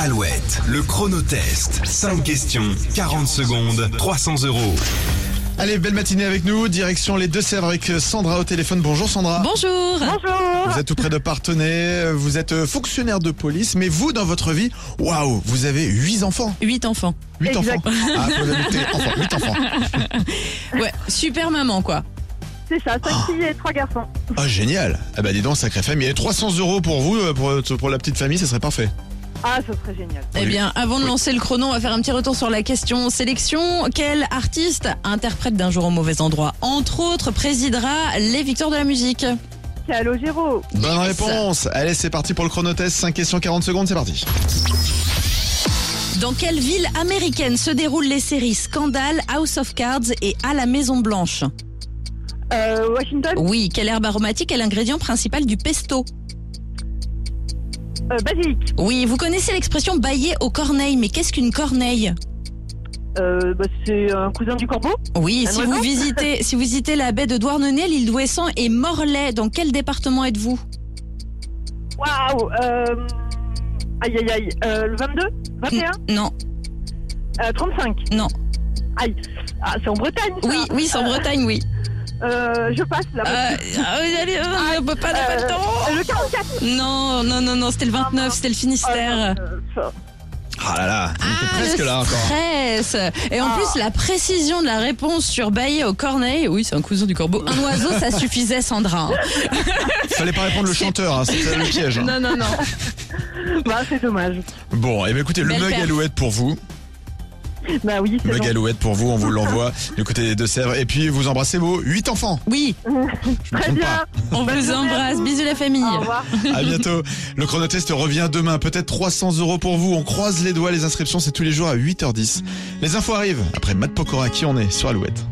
Alouette, le chronotest. 5 questions, 40 secondes, 300 euros. Allez, belle matinée avec nous, direction les Deux-Sèvres avec euh, Sandra au téléphone. Bonjour Sandra. Bonjour. Vous êtes tout près de Partenay, vous êtes euh, fonctionnaire de police, mais vous, dans votre vie, waouh, vous avez huit enfants. Huit enfants. Huit enfants. Exact. Ah, faut les noter, enfants, huit enfants. Ouais, super maman quoi. C'est ça, 5 filles et 3 garçons. Ah, génial. Ah bah dis donc, sacrée famille. Et 300 euros pour vous, euh, pour, pour la petite famille, ce serait parfait. Ah, ce serait génial. Eh Oui. bien, avant de Oui. lancer le chrono, on va faire un petit retour sur la question sélection. Quel artiste interprète d'un jour au mauvais endroit, entre autres, présidera les Victoires de la musique Calogero. Bonne Yes. réponse. Allez, c'est parti pour le chronotest. 5 questions, 40 secondes, c'est parti. Dans quelle ville américaine se déroulent les séries Scandal, House of Cards et À la Maison Blanche Euh, Washington. Oui, quelle herbe aromatique est l'ingrédient principal du pesto Euh, basilic. Oui, vous connaissez l'expression bailler aux corneilles, mais qu'est-ce qu'une corneille Euh, bah, c'est un cousin du corbeau. Oui, Un si oiseau vous, visitez, si vous visitez la baie de Douarnenez, l'île d'Ouessant et Morlaix, dans quel département êtes-vous Waouh. euh, Aïe, aïe, aïe. Euh, le 22 21 Non, euh, 35 Hmm. non. Aïe. Ah, c'est en Bretagne, ça. Oui, oui, c'est en Bretagne, oui. Euh, je passe, là. Euh, ah, allez, euh, on peut pas, on n'a pas le temps. Euh, le 44. Non, non, non, non, c'était le 29, c'était le Finistère. Euh, ça. Ah là là, on était Ah, presque le là encore. stress Et en Ah. plus, la précision de la réponse sur Baillet au corneille, oui, c'est un cousin du corbeau, un oiseau, ça suffisait, Sandra. hein. Fallait pas répondre le chanteur, hein, c'était le piège. hein. Non, non, non. bah, c'est dommage. Bon, et bien écoutez, le Belle mug perf. Alouette pour vous. Bah oui, c'est Mug bon. Alouette pour vous, on vous l'envoie du côté des Deux-Sèvres. Et puis, vous embrassez vos huit enfants. Oui, Je me Très trompe pas. bien. on Bonne vous journée à embrasse, vous. bisous la famille. Au revoir. À bientôt. Le chronotest revient demain. Peut-être 300 euros pour vous. On croise les doigts. Les inscriptions, c'est tous les jours à 8h10. Les infos arrivent. Après Matt Pokora, qui on est sur Alouette.